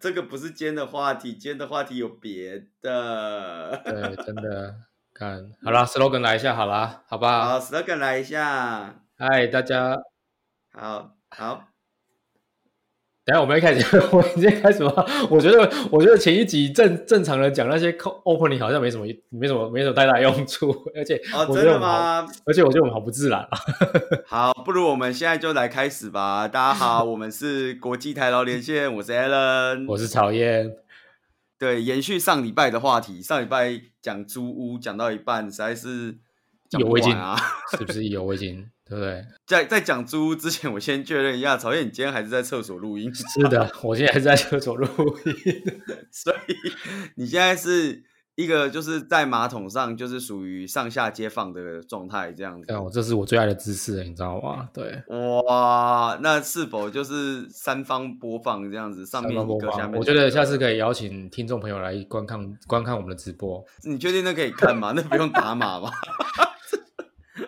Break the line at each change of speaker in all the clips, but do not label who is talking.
这个不是今天的话题，今天的话题有别的。
对，真的，看好啦 s l o g a n 来一下好啦，好不好？
好，slogan 啊来一下。
嗨，大家，
好好，
等一下我们一开始， 我们今天开始吗？我觉得，我觉得前一集正正常人讲那些 co- opening 好像没什么，没什么，没什么太大用处， 而且
哦，
我觉
真
得我
的
们好，
吗？
而且我觉得我们好不自然啊。
好，不如我们现在就来开始吧。大家好，我们是国际台劳连线，我是 Alan，
我是曹燕，
对，延续上礼拜的话题，上礼拜讲租屋讲到一半，实在是讲
有
不
味
完
精
啊。
是不是意犹未尽？对不对？
在在讲租屋之前，我先确认一下，曹燕，你今天还是在厕所录音，
是的，我现在还是在厕所录音。
所以你现在是一个就是在马桶上，就是属于上下街放的状态这样子。
哦看我这是我最爱的姿势了，你知道吗？对，
哇，那是否就是三方播放这样子？上面
三
一
方
个，啊
播
下
放
面
我觉得下次可以邀请听众朋友来观看观看我们的直播。
你确定那可以看吗？那不用打码吗？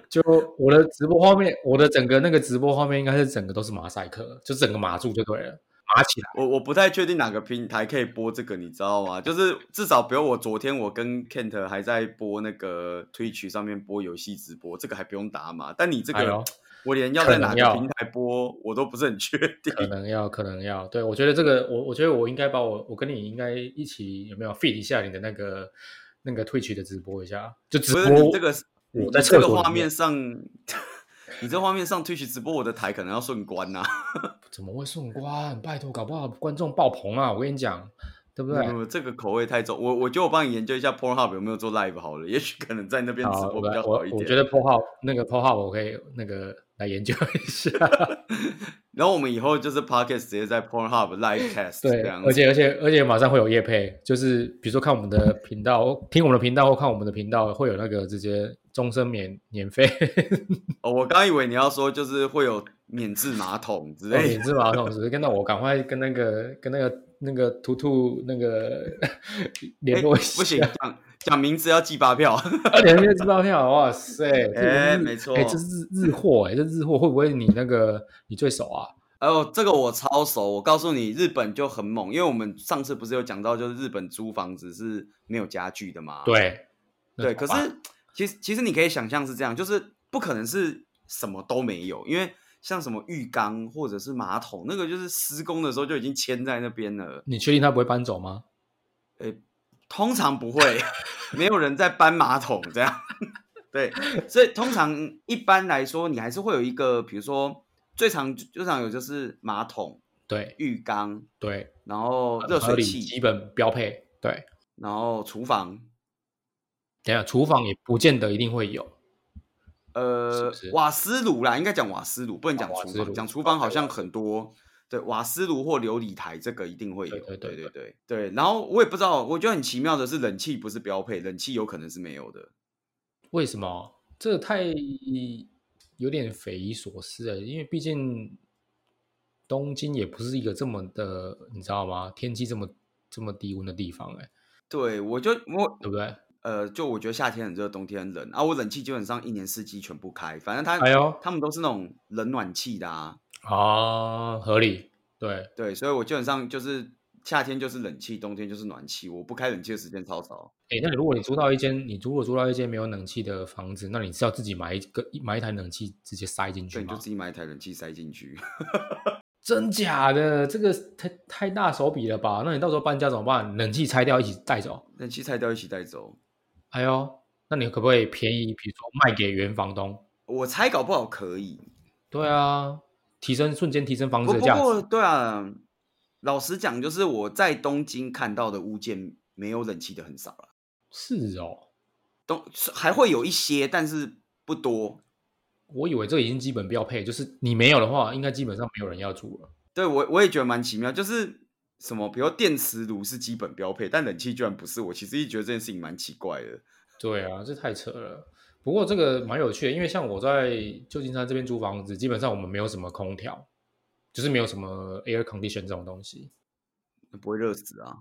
就我的直播画面，我的整个那个直播画面应该是整个都是马赛克，就整个马住就对了，马起来。
我我不太确定哪个平台可以播这个，你知道吗？就是至少比如我昨天我跟 Kent 还在播那个 Twitch 上面播游戏直播，这个还不用打码，但你这
哎呦
个。我连要在哪
可能
个
要
平台播，我都不是很确定。
可能要，可能要，对我觉得这个，我我觉得我应该把我，我跟你应该一起有没有 fit 一下你的那个那个 Twitch 的直播一下，就直
不是
播
你这个，你
我在
你这
厕
个
所
画
里面
面上，你这画面上 Twitch 直播我的台可能要顺关呐、
怎么会送瓜？拜托，搞不好观众爆棚啊！我跟你讲，对 不对？
嗯这个口味太重，我我觉得我帮你研究一下 Pornhub 有没有做 live 好了，也许可能在那边直
好，
播
我
比
来
较
我
好一点。
我觉得破号那个破号我可以那个来研究一下，
然后我们以后就是 podcast 直接在 Pornhub live cast
对
这样，子。
而且而且而且马上会有夜配，就是比如说看我们的频道、听我们的频道或看我们的频道，会有那个直接终身免免费
哦，我刚以为你要说就是会有免治马桶之类
免
的，
治马桶，只是跟到我赶快跟那个跟那个那个图图 那个联
哎
络一下，
不行，讲讲名字要寄发票。
二点面支票票，哇塞！这个
哎
日
没错
哎，这是日日货，哎，这日货会不会你那个你最熟啊？
哦，这个我超熟，我告诉你，日本就很猛，因为我们上次不是有讲到，就是日本租房子是没有家具的嘛。
对，那
对，
怎
可
么办
是其实其实你可以想象是这样，就是不可能是什么都没有，因为像什么浴缸或者是马桶，那个就是施工的时候就已经签在那边了。
你确定他不会搬走吗？
通常不会， 没有人在搬马桶这样。 对，所以通常一般来说，你还是会有一个，比如说最常最常有就是马桶、
对
浴缸，
对，
然后热
合
水
理
器，
基本标配。对，
然后厨房，
等一下厨房也不见得一定会有，是
呃，
不是
瓦斯炉啦，应该讲瓦斯炉，不能讲
哦瓦
厨
斯
房，
炉
讲厨房好像很多。对，瓦斯炉或琉璃台这个一定会有，
对对
对
对
对对对然后我也不知道，我觉得很奇妙的是，冷气不是标配，冷气有可能是没有的。
为什么？这太有点匪夷所思了，因为毕竟东京也不是一个这么的，你知道吗？天气这么这么低温的地方、哎，
对，我就我
对不对？
呃，就我觉得夏天很热，冬天很冷啊。我冷气基本上一年四季全部开，反正它、
哎呦，
他们都是那种冷暖气的啊。哦
啊，合理，对，
对，所以我基本上就是夏天就是冷气，冬天就是暖气，我不开冷气的时间超少。
哎，那你如果你租到一间，你如果租到一间没有冷气的房子，那你是要自己买一个买一台冷气直接塞进去
对，你就
吗？
自己买一台冷气塞进去。
真假的，这个太太大手笔了吧？那你到时候搬家怎么办？冷气拆掉一起带走？
冷气拆掉一起带走。
哎呦，那你可不可以便宜，比如说卖给原房东？
我猜搞不好可以，
对啊，提升瞬间提升房
不
子的
不
价
过
值。
对啊，老实讲，就是我在东京看到的物件没有冷气的很少了，
是哦，
东是还会有一些，但是不多。
我以为这已经基本标配，就是你没有的话，应该基本上没有人要住了。
对我我也觉得蛮奇妙，就是什么，比如电磁炉是基本标配，但冷气居然不是。我其实一直觉得这件事情蛮奇怪的。
对啊，这太扯了。不过这个蛮有趣的，因为像我在旧金山这边租房子，基本上我们没有什么空调，就是没有什么 air condition 这种东西。
不会热死啊！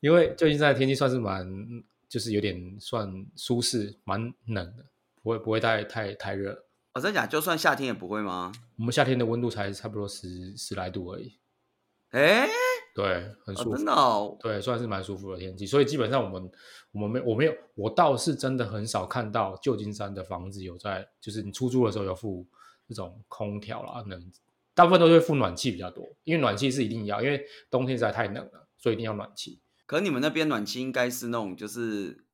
因为旧金山的天气算是蛮，就是有点算舒适，蛮冷的，不会不会太太太热。
哦，真假？就算夏天也不会吗？
我们夏天的温度才差不多十十来度而已，
哎、
对，很舒
哦，
服。
真的哦，
对，算是蛮舒服的天气，所以基本上我们我们没我没有我倒是真的很少看到旧金山的房子有在，就是你出租的时候有附这种空调啦，冷，大部分都是附暖气比较多，因为暖气是一定要，因为冬天实在太冷了，所以一定要暖气。
可你们那边暖气应该是那种就是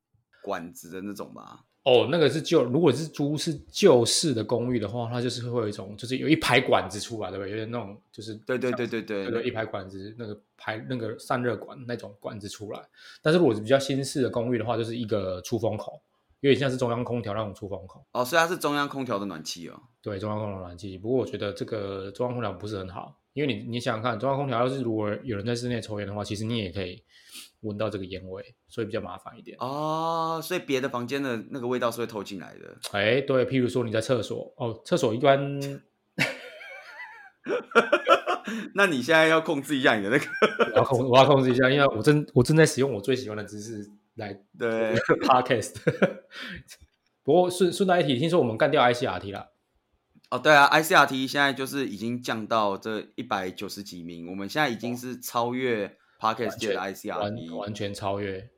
管子的那种吧？
哦，那个是旧，如果是租是旧式的公寓的话，它就是会有一种，就是有一排管子出来，对不对？有点那种，就是
对对对对对
那个一排管子，那个排那个散热管那种管子出来。但是如果是比较新式的公寓的话，就是一个出风口，有点像是中央空调那种出风口。
哦，所以它是中央空调的暖气哦。
对，中央空调暖气。不过我觉得这个中央空调不是很好，因为你你想想看，中央空调要是如果有人在室内抽烟的话，其实你也可以闻到这个烟味，所以比较麻烦一点。
哦，所以别的房间的那个味道是会透进来的。
哎，对，譬如说你在厕所，哦，厕所一般
那你现在要控制一下你的那个，
我要控我要控制一下，因为我正我正在使用我最喜欢的姿势 来
对，
podcast。不过顺顺带一提，听说我们干掉 ICRT 啦，
哦，对啊，ICRT 现在就是已经降到这一百九十几名，我们现在已经是超越 Podcast 界的
完
ICRT，
完全超越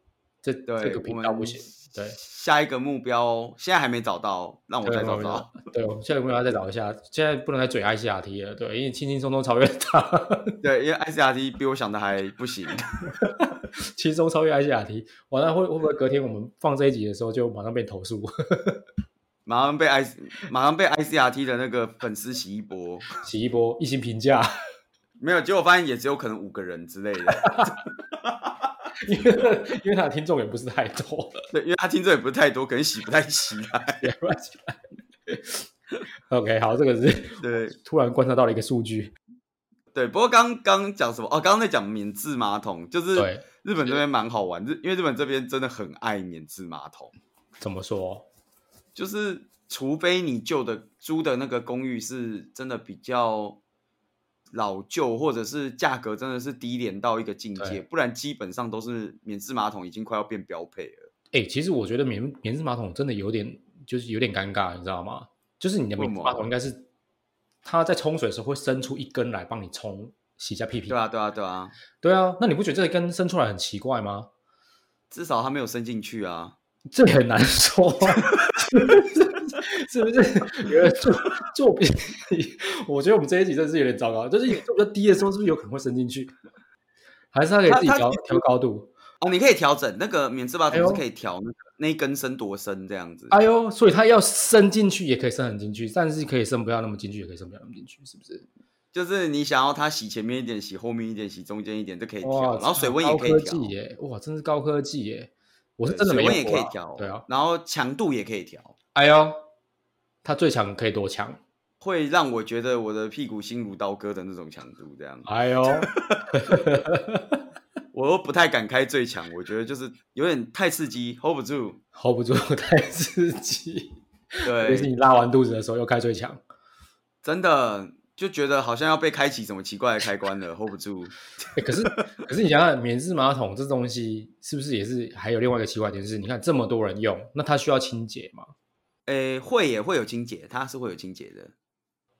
这
对，
这个频道不行。
我
对
们下一个目标现在还没找到，让我再找找。
对，我们现在有没有要再找一下？现在不能再嘴 ICRT 了，对，因为轻轻松松超越它，
对，因为 ICRT 比我想的还不行。
轻松超越 ICRT。完了会会不会隔天我们放这一集的时候就马上被投诉，
马上被 I 马上被 ICRT 的那个粉丝洗一波，
洗一波一星评价？
没有，结果发现也只有可能五个人之类的。
因为因为他的听众也不是太多。
对，因为他听众也不是太多，可能洗不太起来。
也乱起来。OK，好，这个是
对
突然观察到了一个数据，
对，不过刚刚讲什么？哦，刚刚在讲免治马桶，就是
对
日本这边蛮好玩，日因为日本这边真的很爱免治马桶，
怎么说？
就是除非你旧的租的那个公寓是真的比较老旧，或者是价格真的是低廉到一个境界，
对
不然基本上都是免治马桶已经快要变标配了。
哎、其实我觉得免免治马桶真的有点，就是有点尴尬，你知道吗？就是你的
为什
免
么
治马桶应该是它在冲水的时候会伸出一根来帮你冲洗一下屁屁，
对啊，对啊，对啊，
对啊，那你不觉得这一根伸出来很奇怪吗？
至少它没有伸进去啊。
这也很难说、啊， 是不 是？ 有人做做比，我觉得我们这一集真的是有点糟糕，就是有做比较低的时候，是不是有可能会伸进去？还是他可以自己
他他
调调高度？
哦，你可以调整那个免治马
哎
桶
呦
是可以调那个那一根深多深这样子。
哎呦，所以他要伸进去也可以伸很进去，但是可以伸不要那么进去，也可以伸不要那么进去，是不是？
就是你想要它洗前面一点，洗后面一点，洗中间一点，这可以
哇
调。，然后水温也
高
可以
科
调
技，耶！哇，真是高科技耶！我是
对
真的
水
没用
温也可
过
以
啊
调，哦
对啊，
然后强度也可以调，
哎呦，他最强可以多强？
会让我觉得我的屁股心如刀割的那种强度，这样
哎呦，
我又不太敢开最强，我觉得就是有点太刺激，hold 不住。
hold 不住，太刺激。尤其
对，
你拉完肚子的时候又开最强，
真的就觉得好像要被开启什么奇怪的开关了，hold 不住。
欸可是可是你想想，免治马桶这东西是不是也是还有另外一个奇怪点？就是你看这么多人用，那它需要清洁吗？
诶，会也会有清洁，它是会有清洁的。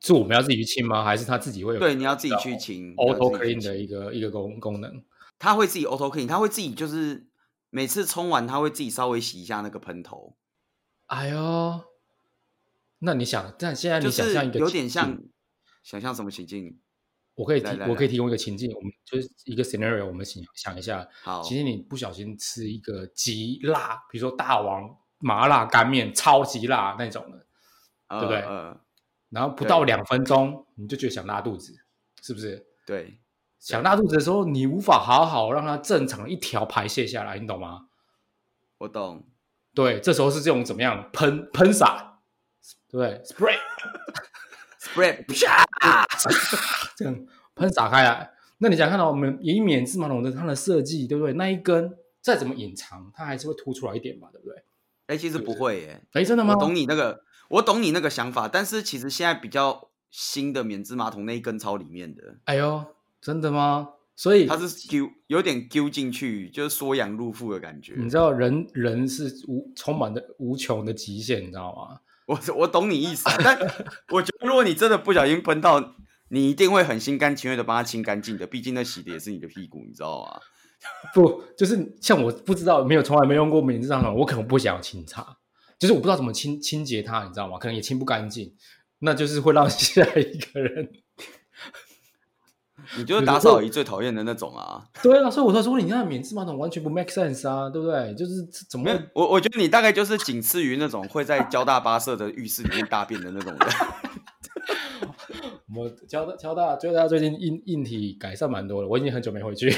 是我们要自己去清吗？还是它自己会有
对，你要自己去清。你要自
啊 auto
己去
clean
清
的一个一个功功能？
它会自己 auto clean，它会自己就是每次冲完，它会自己稍微洗一下那个喷头，
哎呦，那你想，但现在
就
你想
是
象一个
有
情
点
境
像想象什么情境？
我可以提
来来，
我可以
来
提供一个情境，我们就是一个 scenario，我们想想一下，
好，
其实你不小心吃一个极辣，比如说大王麻辣干面，超级辣那种的，
呃
对不对
呃，
然后不
对
到两分钟，你就觉得想拉肚子，是不是？
对，
想拉肚子的时候，你无法好好让它正常一条排泄下来，你懂吗？
我懂。
对，这时候是这种怎么样喷喷洒，对不对？spray
Spread，
这样喷洒开来。那你想看到哦我们以免治马桶的它的设计，对不对？那一根再怎么隐藏，它还是会凸出来一点吧，对不对？
哎、其实不会耶，
哎，真的吗
我？懂你那个，我懂你那个想法，但是其实现在比较新的免治马桶那一根超里面的，
哎呦，真的吗？所以
它是揪有点揪进去，就是缩阳
嗯
入腹的感觉。
你知道人人是无充满的无穷的极限，你知道吗？
我 我懂你意思啊，但我觉得如果你真的不小心喷到，你一定会很心甘情愿的帮他清干净的，毕竟那洗的也是你的屁股，你知道吗？
不，就是像我不知道，没有从来没用过免治马桶，我可能不想要清擦，就是我不知道怎么清清洁它，你知道吗？可能也清不干净，那就是会让 下一个人。
你就是打扫阿姨最讨厌的那种 啊。
对啊，所以我才说你那免治马桶完全不 make sense 啊，对不对？就是这怎么
没有
会，
我我觉得你大概就是仅次于那种会在交大八社的浴室里面大便的那种人。
我交大交大交大最近硬硬体改善蛮多的，我已经很久没回去，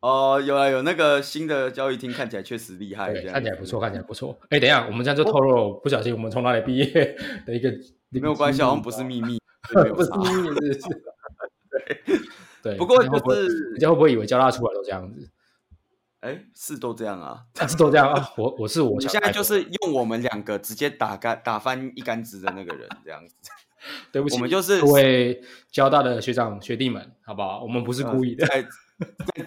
哦，有啊，有那个新的交易厅看起来确实厉害，这
对，
样
看起来不错，看起来不错。哎，等一下，我们这样就透露了，不小心我们从哪里毕业的一个
没有关系，啊好像不是秘密，没有
不是
差。
秘密，是是 对对。
不过
人家会
就
不会
是
人家会不会以为交大出来都这样子？
哎，是都这样啊。
但是都这样啊？我我是我
我
想
现在
太多
就
了
是用我们两个直接打干打翻一竿子的那个人，这样子。
对不起，
我们就是
各位交大的学长学弟们，好不好？我们不是
嗯
故意的，
啊在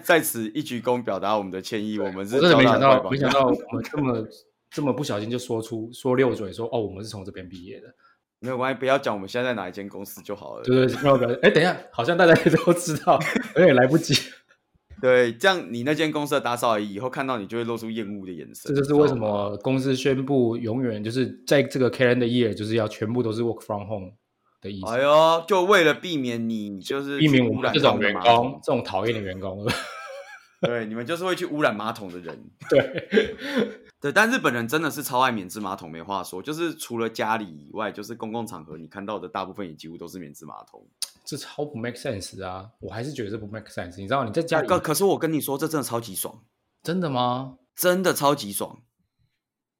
在在此一鞠躬表达我们的歉意，我们是
我真的没
交大
想
的
到，
乖
没
宝
想到我们这么这么不小心就说出说溜嘴说哦，我们是从这边毕业的，
没有关系，不要讲我们现在在哪一间公司就好了。
对对，没有表示。哎，等一下，好像大家也都知道，有点来不及。
对，这样你那间公司的打扫阿姨以后看到你就会露出厌恶的眼神。
这就是为什么公司宣布永远就是在这个 calendar year 就是要全部都是 work from home 的意
你知道吗。
思，
哎呦，就为了避免你就是
避免
去
我
污
们
染
这
他
种
们的
员
马
工
桶，
这种讨厌的员工。
对，你们就是会去污染马桶的人。
对，
对，但日本人真的是超爱免治马桶，没话说。就是除了家里以外，就是公共场合，你看到的大部分也几乎都是免治马桶。
这超不 make sense 的啊！我还是觉得这不 make sense。你知道你在家里
可可是我跟你说，这真的超级爽，
真的吗？
真的超级爽。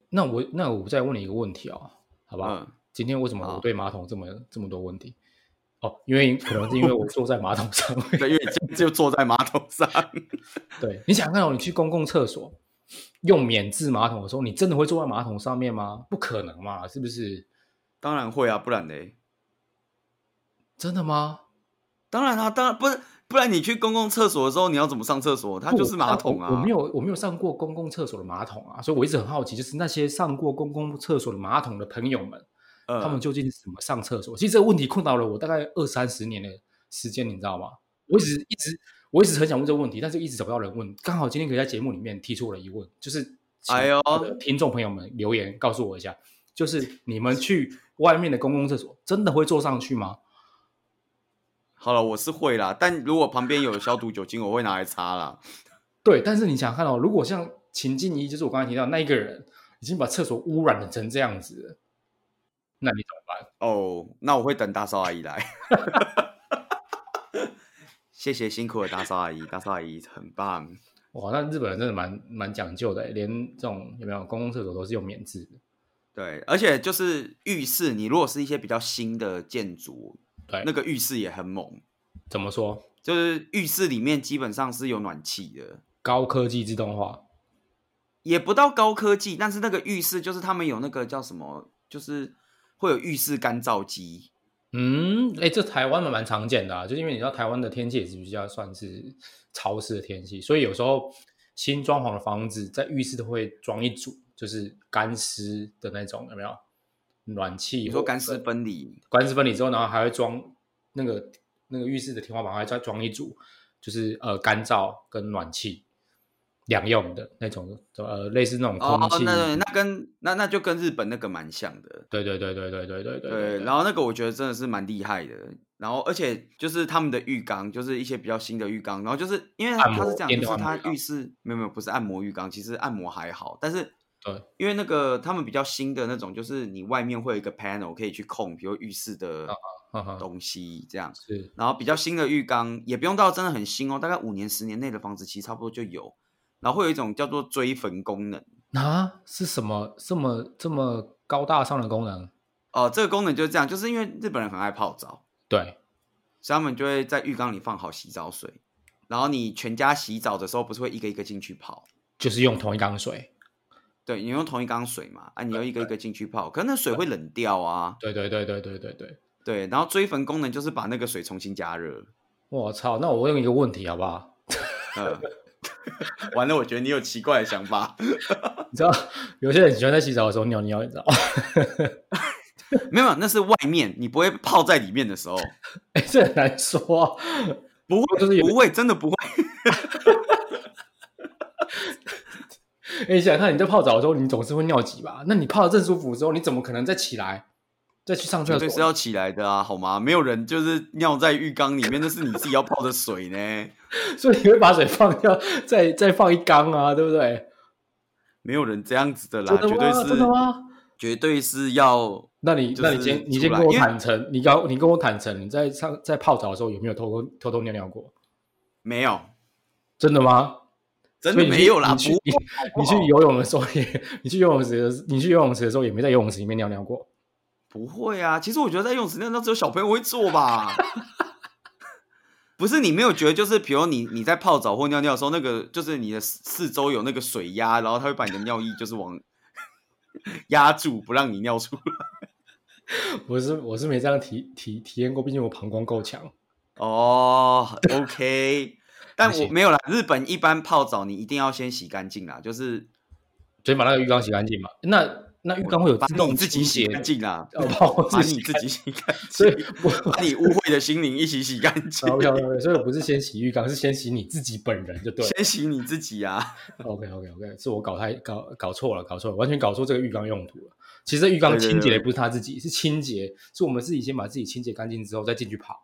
那我那我再问你一个问题哦，好吧？
嗯，
今天为什么
好
我对马桶这么这么多问题？哦，因为可能是因为我坐在马桶上。
对，因为你就就坐在马桶上，
对，你想想看哦，你去公共厕所用免治马桶的时候，你真的会坐在马桶上面吗？不可能嘛，是不是？
当然会啊，不然嘞，
真的吗？
当然啊，当然不是，不然你去公共厕所的时候，你要怎么上厕所？它
不
就是马桶
哦我我
啊
没。有我没有上过公共厕所的马桶啊，所以我一直很好奇，就是那些上过公共厕所的马桶的朋友们，
呃
他们究竟是怎么上厕所？其实这个问题困扰了我大概二三十年的时间，你知道吗？我一直一直我一直很想问这个问题，但是一直找不到人问。刚好今天可以在节目里面提出我的疑问，就是请
哎呦
我的听众朋友们留言告诉我一下，就是你们去外面的公共厕所真的会坐上去吗？
好了，我是会啦，但如果旁边有消毒酒精，我会拿来擦啦。
对，但是你想想看哦，如果像秦静怡，就是我刚才提到那一个人，已经把厕所污染成这样子了，那你怎么办？
哦，那我会等打扫阿姨来。 谢谢辛苦的打扫阿姨，打扫阿姨很棒。
哇，那日本人真的蛮蛮讲究的，欸连这种有没有公共厕所都是用免治的。
对，而且就是浴室，你如果是一些比较新的建筑，
对，
那个浴室也很猛，
怎么说？
就是浴室里面基本上是有暖气的，
高科技自动化，
也不到高科技，但是那个浴室就是他们有那个叫什么，就是会有浴室干燥机。
嗯，哎，这台湾蛮常见的啊，就是因为你知道台湾的天气也是比较算是潮湿的天气，所以有时候新装潢的房子在浴室都会装一组，就是干湿的那种，有没有？暖气，
你说干湿分离，
干湿分离之后，然后还会装那个那个浴室的天花板，还会再装一组，就是呃干燥跟暖气两用的那种，呃类似那种
哦
空，气。
那那跟那那就跟日本那个蛮像的。
对对对对对对对对
对，然后那个我觉得真的是蛮厉害的，然后而且就是他们的浴缸，就是一些比较新的浴缸，然后就是因为它
按
它
摩
是这样，
电
就
动
是
按
它
摩浴缸
浴室没有没有不是按摩浴缸，其实按摩还好，但是
对
因为那个他们比较新的那种，就是你外面会有一个 panel 可以去控，比如浴室的
啊哈哈，
东西这样，
是
然后比较新的浴缸也不用到真的很新哦，大概五年十年内的房子其实差不多就有，然后会有一种叫做追焚功能。
啊，是什么这么这么高大上的功能？
哦、这个功能就是这样，就是因为日本人很爱泡澡，
对，
所以他们就会在浴缸里放好洗澡水，然后你全家洗澡的时候不是会一个一个进去泡？
就是用同一缸水。
对，你用同一缸水嘛，啊，你又一个一个进去泡，可是那水会冷掉啊。
对对对对对对对，
对，然后追焚功能就是把那个水重新加热。
我操！那我问一个问题好不好？
呃， 完了，我觉得你有奇怪的想法。
你知道有些人喜欢在洗澡的时候尿尿，你知道吗？
没有，那是外面，你不会泡在里面的时候，
哎、这很难说、啊。
不会，
就是有
不会，真的不会。
哎、你想想看，你在泡澡的时候，你总是会尿急吧？那你泡的正舒服之后，你怎么可能再起来再去上厕
绝对是
所？
要起来的啊，好吗？没有人就是尿在浴缸里面，那是你自己要泡的水呢。
所以你会把水放掉，再再放一缸啊，对不对？
没有人这样子的啦，
真的
绝对
吗？真的
是，
吗？
绝对是要
那你、
就
那你
是
先你
出
先
来
跟我
因为
坦诚，你刚你跟我坦诚，你在上在泡澡的时候有没有偷偷偷偷尿尿过？
没有，
真的吗？
真
所
的
以你去
没有啦，
你去
不
你你去游泳的时候也，你去游泳池的你去游泳池的时候也没在游泳池里面尿尿过。
不会啊，其实我觉得在泳池那那只有小朋友会做吧。不是你没有觉得，就是比如你你在泡澡或尿尿的时候，那个就是你的四四周有那个水压，然后它会把你的尿液就是往 压住，不让你尿出来。
我是我是没这样体体体验过，毕竟我膀胱够强。
哦，OK，但
不
我
行
没有啦。日本一般泡澡你一定要先洗干净啦，就是
所以把那个浴缸洗干净嘛。那那浴缸会有
把
自
你
动
自己
清洁
洗干，净啦，
哦，把我
把
自己
你
洗
自
干净
己洗干
所以
净，
我，
把你污秽的心灵一起洗干净
OK OK，所以我不是先洗浴缸，是先洗你自己本人就对了。
先洗你自己啊。
OK OK OK，是我搞太搞搞错了，搞错了，完全搞错这个浴缸用途了。其实这浴缸
对对
清洁
对
的不是他自己，是清洁，是我们自己先把自己清洁干净之后再进去泡。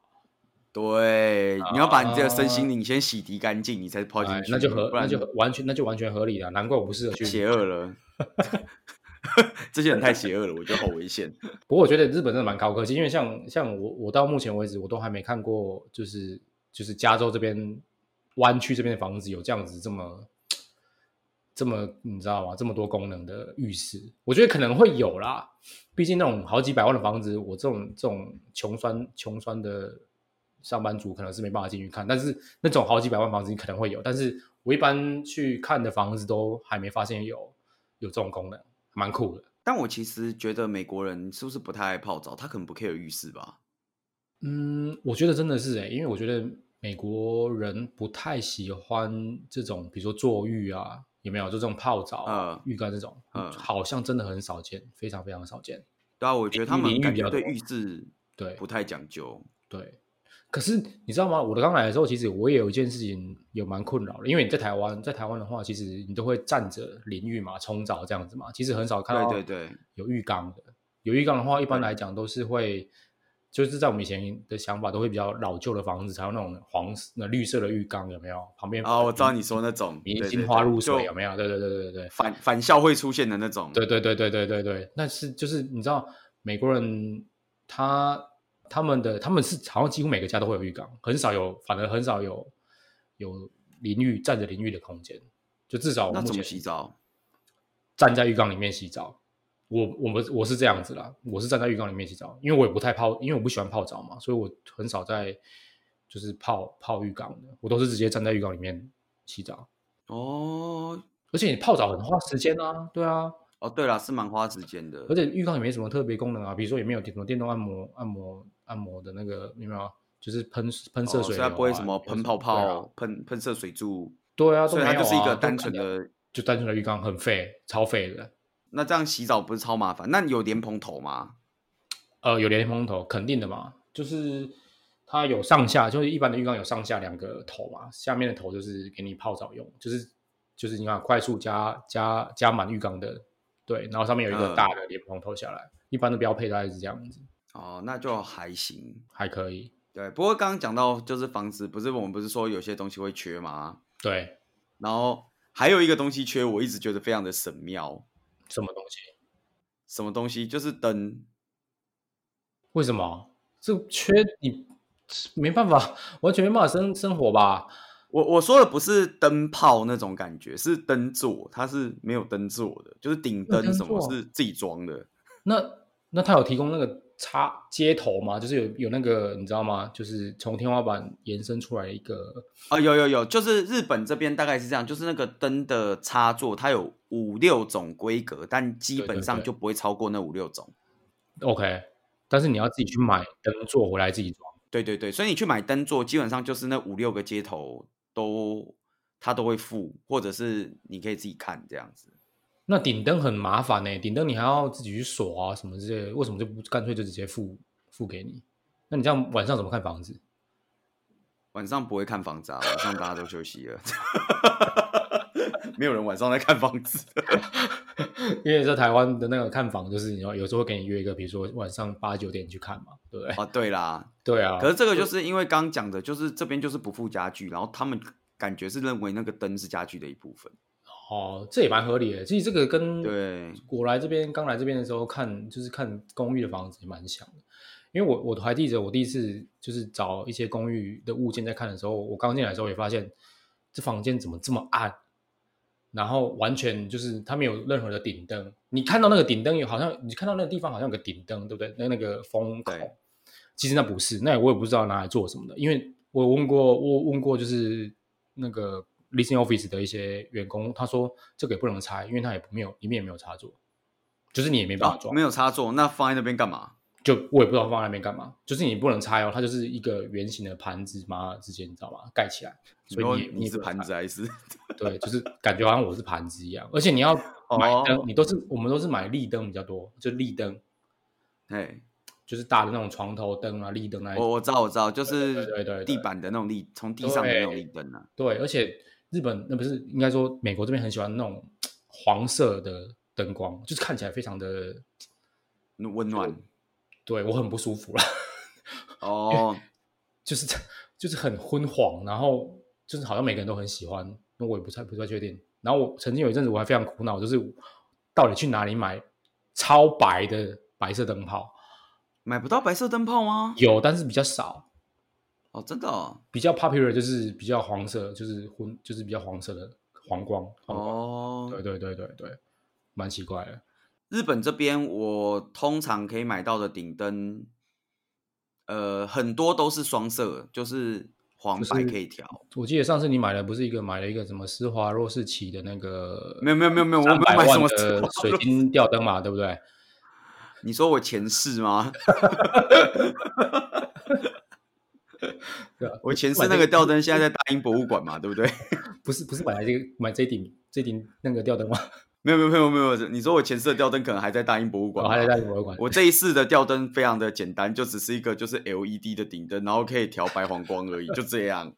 对，你要把你这个身
啊
心灵先洗涤干净，你才泡进
哎，
去，
那就合
不
那
然
就合完全那就完全合理了，难怪我不适合去。
邪恶了。 这些人太邪恶了，我觉得好危险。
不过我觉得日本真的蛮高科技，因为像像我我到目前为止我都还没看过，就是就是加州这边湾区这边的房子有这样子这么这么你知道吗？这么多功能的浴室，我觉得可能会有啦。毕竟那种好几百万的房子，我这种这种穷酸穷酸的上班族可能是没办法进去看，但是那种好几百万房子你可能会有，但是我一般去看的房子都还没发现有有这种功能，蛮酷的。
但我其实觉得美国人是不是不太爱泡澡？他可能不 care 浴室吧？
嗯，我觉得真的是诶，因为我觉得美国人不太喜欢这种，比如说坐浴啊，有没有？就这种泡澡啊、
嗯
浴缸这种，
嗯
好像真的很少见，非常非常少见。
对啊，我觉得他
淋
们
浴
感
比
觉
较
对
多
浴室
对
不太讲究。
对，可是你知道吗？我刚来的时候，其实我也有一件事情也蛮困扰的，因为你在台湾，在台湾的话，其实你都会站着淋浴嘛、冲澡这样子嘛，其实很少看
对
到
对对，
有浴缸的。有浴缸的话，一般
对
来讲都是会，就是在我们以前的想法，都会比较老旧的房子才有那种黄色那绿色的浴缸，有没有？旁边
啊，我知道你说那种
明
对对
星
对
花露水
就嗯
有没有？对对对对对
返返校会出现的那种。
对对对对对对对，那是就是你知道美国人他他们的他们是好像几乎每个家都会有浴缸，很少有，反而很少有有淋浴站着淋浴的空间，就至少我
那
目
怎么
前
洗澡？
站在浴缸里面洗澡。我我们我是这样子啦，我是站在浴缸里面洗澡，因为我也不太泡，因为我不喜欢泡澡嘛，所以我很少在就是泡泡浴缸的，我都是直接站在浴缸里面洗澡。
哦
而且你泡澡很花时间啊，对啊，
哦，对了，是蛮花时间的
而。且浴缸也没什么特别功能啊，比如说也没有什么电动按摩、按摩、按摩的那个，有没有？就是喷喷射
哦所
水、
以它不会什么喷泡泡、
对啊
喷喷射水柱，
对啊，都
所以
没
它
有
就是一
啊
个
都
单
看
纯
起来
的。
就单纯的浴缸，很废，超废的。
那这样洗澡不是超麻烦？那你有莲蓬头吗？
呃，有连蓬头，肯定的嘛，就是它有上下，就是一般的浴缸有上下两个头嘛，下面的头就是给你泡澡用，就是就是你看快速加加加满浴缸的，对，然后上面有一个
嗯
大的连蓬头下来，一般的标配大概是这样子，
哦，那就还行。
还可以，
对，不过刚刚讲到就是房子，不是我们不是说有些东西会缺吗？
对，
然后还有一个东西缺，我一直觉得非常的神妙。
什么东西？
什么东西？就是灯。
为什么？这缺你没办法，完全没办法生生活吧？
我我说的不是灯泡那种感觉，是灯座，它是没有灯座的，就是顶
没有
灯
灯
什么
座
是自己装的。
那那他有提供那个插接头吗？就是有有那个你知道吗？就是从天花板延伸出来一个
啊，有有有，就是日本这边大概是这样，就是那个灯的插座，它有五六种规格，但基
对
本
对
上
对
就不会超过那五六种。
OK，但是你要自己去买灯座回来自己装。
对对对，所以你去买灯座，基本上就是那五六个接头都他都会付，或者是你可以自己看这样子。
那顶灯很麻烦呢、顶灯你还要自己去锁啊什么之类的，为什么就不干脆就直接付付给你？那你这样晚上怎么看房子？
晚上不会看房子啊，晚上大家都休息了， 没有人晚上在看房子。
因为在台湾的那个看房，就是你要有时候会给你约一个，比如说晚上八九点去看嘛，对不对？
哦，对啦，
对啊，
可是这个就是因为刚刚讲的，就是这边就是不附家具，然后他们感觉是认为那个灯是家具的一部分。
哦，这也蛮合理的。其实这个跟
对
我来这边刚来这边的时候看，就是看公寓的房子也蛮像的。因为我我还记得我第一次就是找一些公寓的物件在看的时候，我刚进来的时候也发现这房间怎么这么暗，然后完全就是它没有任何的顶灯。你看到那个顶灯有好像你看到那个地方好像有个顶灯，对不对？那那个风口
对，
其实那不是，那我也不知道拿来做什么的。因为我问过，我问过就是那个 leasing office 的一些员工，他说这个也不能拆，因为他也没有里面也没有插座，就是你也没办法
啊，
装。
没有插座，那放在那边干嘛？
就我也不知道放在那边干嘛，就是你不能拆哦，它就是一个圆形的盘子嘛，之间你知道吗？盖起来，所
说
以你
你
也
是
不能
盘子还是？
拆，对，就是感觉好像我是盘子一样，而且你要买灯，
哦
你都是我们都是买立灯比较多，就立灯，
嘿，
就是大的那种床头灯啊，立灯那一
我
种，
我知道我知道，就
对对
是
对对
地板的那种立，从地上的那种立灯啊。
对，而且日本那不是应该说美国这边很喜欢那种黄色的灯光，就是看起来非常的，
那温暖
对我很不舒服啦。
哦，
就是这就是很昏黄，然后就是好像每个人都很喜欢，那我也不太不太确定。然后我曾经有一阵子我还非常苦恼，就是到底去哪里买超白的白色灯泡？
买不到白色灯泡吗？
有，但是比较少，
哦，真的哦，
比较 popular 就是比较黄色，就是昏就是比较黄色的黄光。黄光对
哦
对对对对，蛮奇怪的。
日本这边我通常可以买到的顶灯，呃，很多都是双色，就是黄白可以调。
我记得上次你买的不是一个买了一个什么施华洛世奇的那个
没有没有没有没有，我
三
没
百
有买什
万
么
的水 晶吊灯嘛，对不对？
你说我前世吗？
对啊
我前世那个吊 灯现在在大英博物馆嘛，对不对？
不是不是买来这个买这一顶这一顶那个吊灯吗？
没有没有没有没有，你说我前世的吊灯可能还在大英博物馆
我
吧，
哦还在大英博物馆。
我这一世的吊灯非常的简单，就只是一个就是 LED 的顶灯，然后可以调白黄光而已，就这样，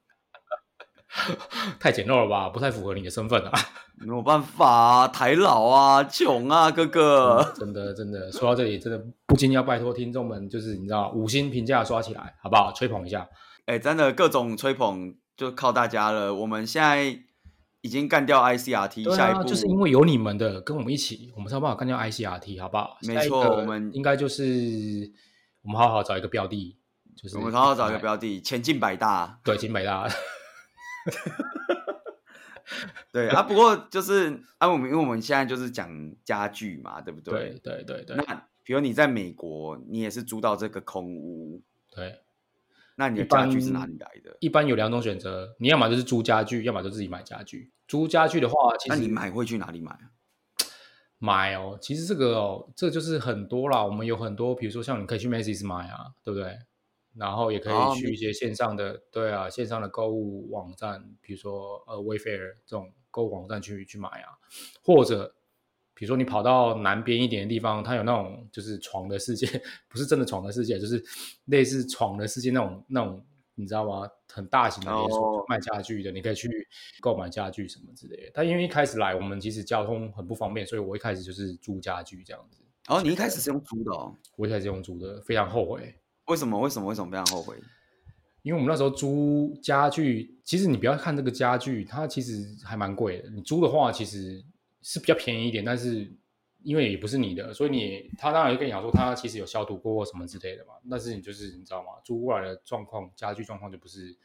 太简陋了吧，不太符合你的身份啊！
没有办法啊，台老啊，穷啊，哥哥，
真的真的，说到这里，真的不禁要拜托听众们，就是你知道五星评价刷起来，好不好？吹捧一下，
哎、真的各种吹捧就靠大家了。我们现在已经干掉 ICRT，、
对
下一
啊，
步
就是因为有你们的跟我们一起，我们才有办法干掉 ICRT，好不好？
没
下一
错
个
我们
应该就是我们好好找一个标的，就是哎
我们好好找一个标的，前进百大。
对金北大，
对啊，不过就是啊，我们因为我们现在就是讲家具嘛，对不
对？对对对
那比如你在美国，你也是租到这个空屋，
对。
那你的
一般
家具是哪里来的？
一般有两种选择，你要么就是租家具，要么就自己买家具。租家具的话，其
那
实
你买会去哪里买啊？
买哦，其实这个哦，这就是很多啦。我们有很多，比如说像你可以去 Macy's 买啊，对不对？然后也可
哦
以去一些线上的，对啊，线上的购物网站，比如说呃 Wayfair 这种购物网站去去买啊，或者比如说你跑到南边一点的地方，它有那种就是床的世界， 不是真的床的世界，就是类似床的世界那种那种，你知道吗？很大型的连锁、
哦
卖家具的，你可以去购买家具什么之类的。但因为一开始来，我们其实交通很不方便，所以我一开始就是租家具这样子。
哦，你一开始是用租的哦？
我一开始用租的，非常后悔，
为什么？为什么？为什么非常后悔？
因为我们那时候租家具，其实你不要看这个家具，它其实还蛮贵的。你租的话，其实是比较便宜一点，但是因为也不是你的，所以你他当然会跟你讲说他其实有消毒过或什么之类的嘛。但是你就是你知道吗？租过来的状况，家具状况就不是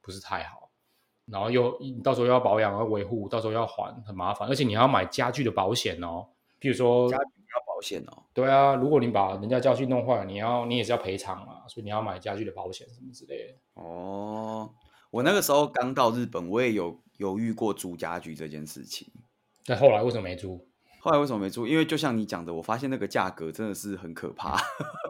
不是太好，然后又你到时候又要保养、要维护，到时候又要还，很麻烦。而且你还要买家具的保险哦，譬如说
家具要保险哦。
对啊，如果你把人家家具弄坏了，你要你也是要赔偿嘛，所以你要买家具的保险什么之类的。
哦，我那个时候刚到日本，我也有犹豫过租家具这件事情。
但后来为什么没租？
后来为什么没租？因为就像你讲的，我发现那个价格真的是很可怕。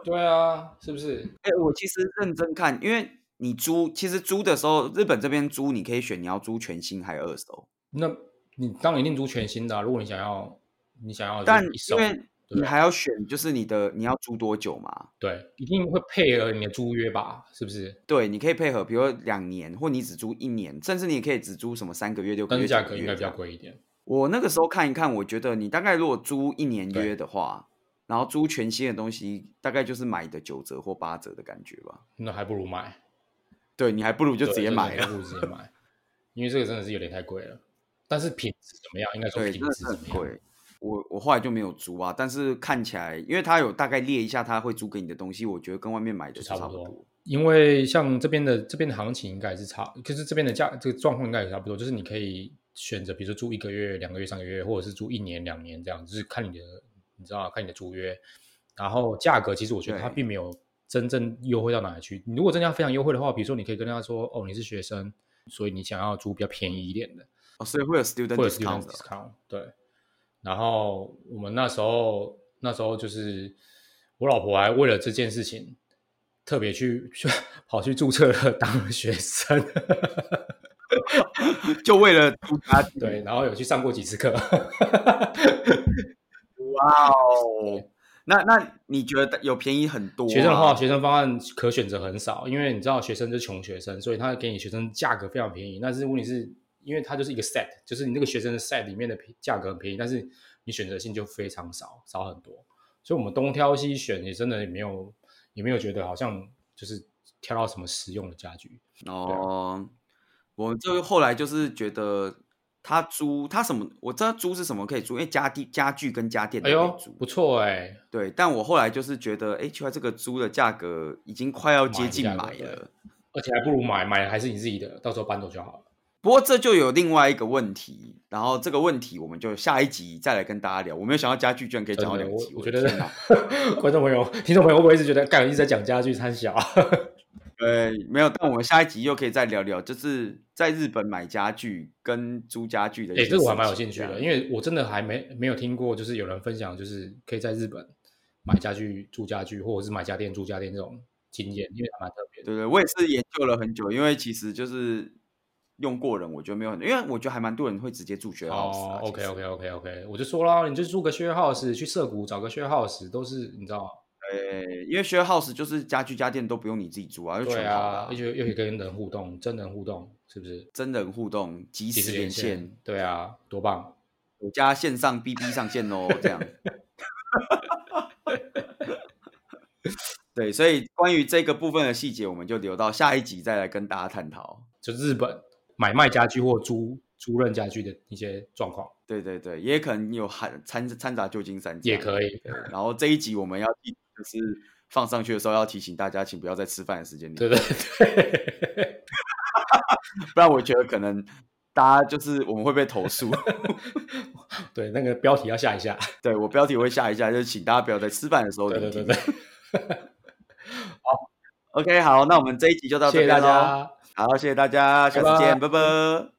对啊，是不是？
哎、我其实认真看，因为你租，其实租的时候，日本这边租你可以选你要租全新还是二手，
那你当然一定租全新的啊、如果你想要，你想要
但
呃就是一手
因为
对
你还要选，就是你的你要租多久嘛？
对，一定会配合你的租约吧？是不是？
对，你可以配合，比如说两年，或你只租一年，甚至你也可以只租什么三个月、六个
但
月、
是价
九
格
个
应
月
该比
这
较
样
贵一点。
我那个时候看一看，我觉得你大概如果租一年
对
约的话，然后租全新的东西，大概就是买的九折或八折的感觉吧。
那还不如买，
对你还不如就直
对
接
真的
买
还
了。
不如直接买，因为这个真的是有点太贵了。但是品质怎么样？应该说
对，
品
真的
质
是
怎
很
么样？
贵。我我后来就没有租啊，但是看起来，因为他有大概列一下他会租给你的东西，我觉得跟外面买的
就是差
差
不
不
多
多。。
因为像这边的这边的行情应该也是差，就是这边的价这个状况应该也差不多，就是你可以选择，比如说租一个月、两个月、三个月，或者是租一年、两年这样，就是看你的，你知道啊，看你的租约。然后价格其实我觉得它
对
并没有真正优惠到哪里去。你如果真的要非常优惠的话，比如说你可以跟大家说，哦，你是学生，所以你想要租比较便宜一点的，
哦，所以会有 student
或者是 student
discount 的
discount，对。然后我们那时候那时候就是我老婆还为了这件事情特别去去 跑去注册了当了学生，
哦，就为了租家具
对，然后有去上过几次课，
哇哦，那那你觉得有便宜很多、啊？
学生的话，学生方案可选择很少，因为你知道学生就是穷学生，所以他给你学生价格非常便宜。但是问题是，因为它就是一个 set，就是你那个学生的 set 里面的便价格很便宜，但是你选择性就非常少，少很多。所以我们东挑西选，也真的也没有也没有觉得好像就是挑到什么实用的家具。啊
哦，我就后来就是觉得他租他什么，我知道租是什么可以租，因为家地家具跟家电都
哎
可
呦
以租。，
不错哎、
对，但我后来就是觉得，哎，奇怪，这个租的价格已经快要接
买的
近
价格
买
对
了。
而且还不如买，买还是你自己的，到时候搬走就好了。
不过这就有另外一个问题，然后这个问题我们就下一集再来跟大家聊。我没有想到家具居然可以讲
真
到
的，
两
我
集，
我
的
觉得
天哪
观众朋友、听众朋友会不会一直觉得，干一直在讲家具参小？
对，没有。但我们下一集又可以再聊聊，就是在日本买家具跟租家具的一些
哎、
事
这
情。啊
个我还蛮有兴趣
这样
的，因为我真的还没没有听过，就是有人分享，就是可以在日本买家具、住家具，或者是买家电、住家电这种经验，因为还蛮特别的。
对对，我也是研究了很久，因为其实就是用过人，我觉得没有很，因为我觉得还蛮多人会直接住学 house 啊。
哦
其
，OK
实
OK OK OK，我就说啦，你就住个 share house，去涩谷找个 share house，都是你知道，
对，因为学 house 就是家具家电都不用你自己住啊，就
对
全好了、
啊，而且又可以跟人互动，真人互动，是不是？
真人互动，即
即
时
时
连
连
线，，
对啊，多棒！
我家线上 BB 上线喽，这样。对，所以关于这个部分的细节，我们就留到下一集再来跟大家探讨。
就日本买卖家具或租租赁家具的一些状况
对对对，也可能有含掺掺杂旧金山这
也
样，
可以。
然后这一集我们要记就是放上去的时候要提醒大家，请不要在吃饭的时间里，
对对对，
不然我觉得可能大家就是我们会被投诉。
对那个标题要下一下。
对我标题会下一下，就是请大家不要在吃饭的时候
对
聆
对
听。
对对，
OK，好，那我们这一集就到
谢
这
谢大
边喽。
家。
好，谢谢大家，下次见，拜拜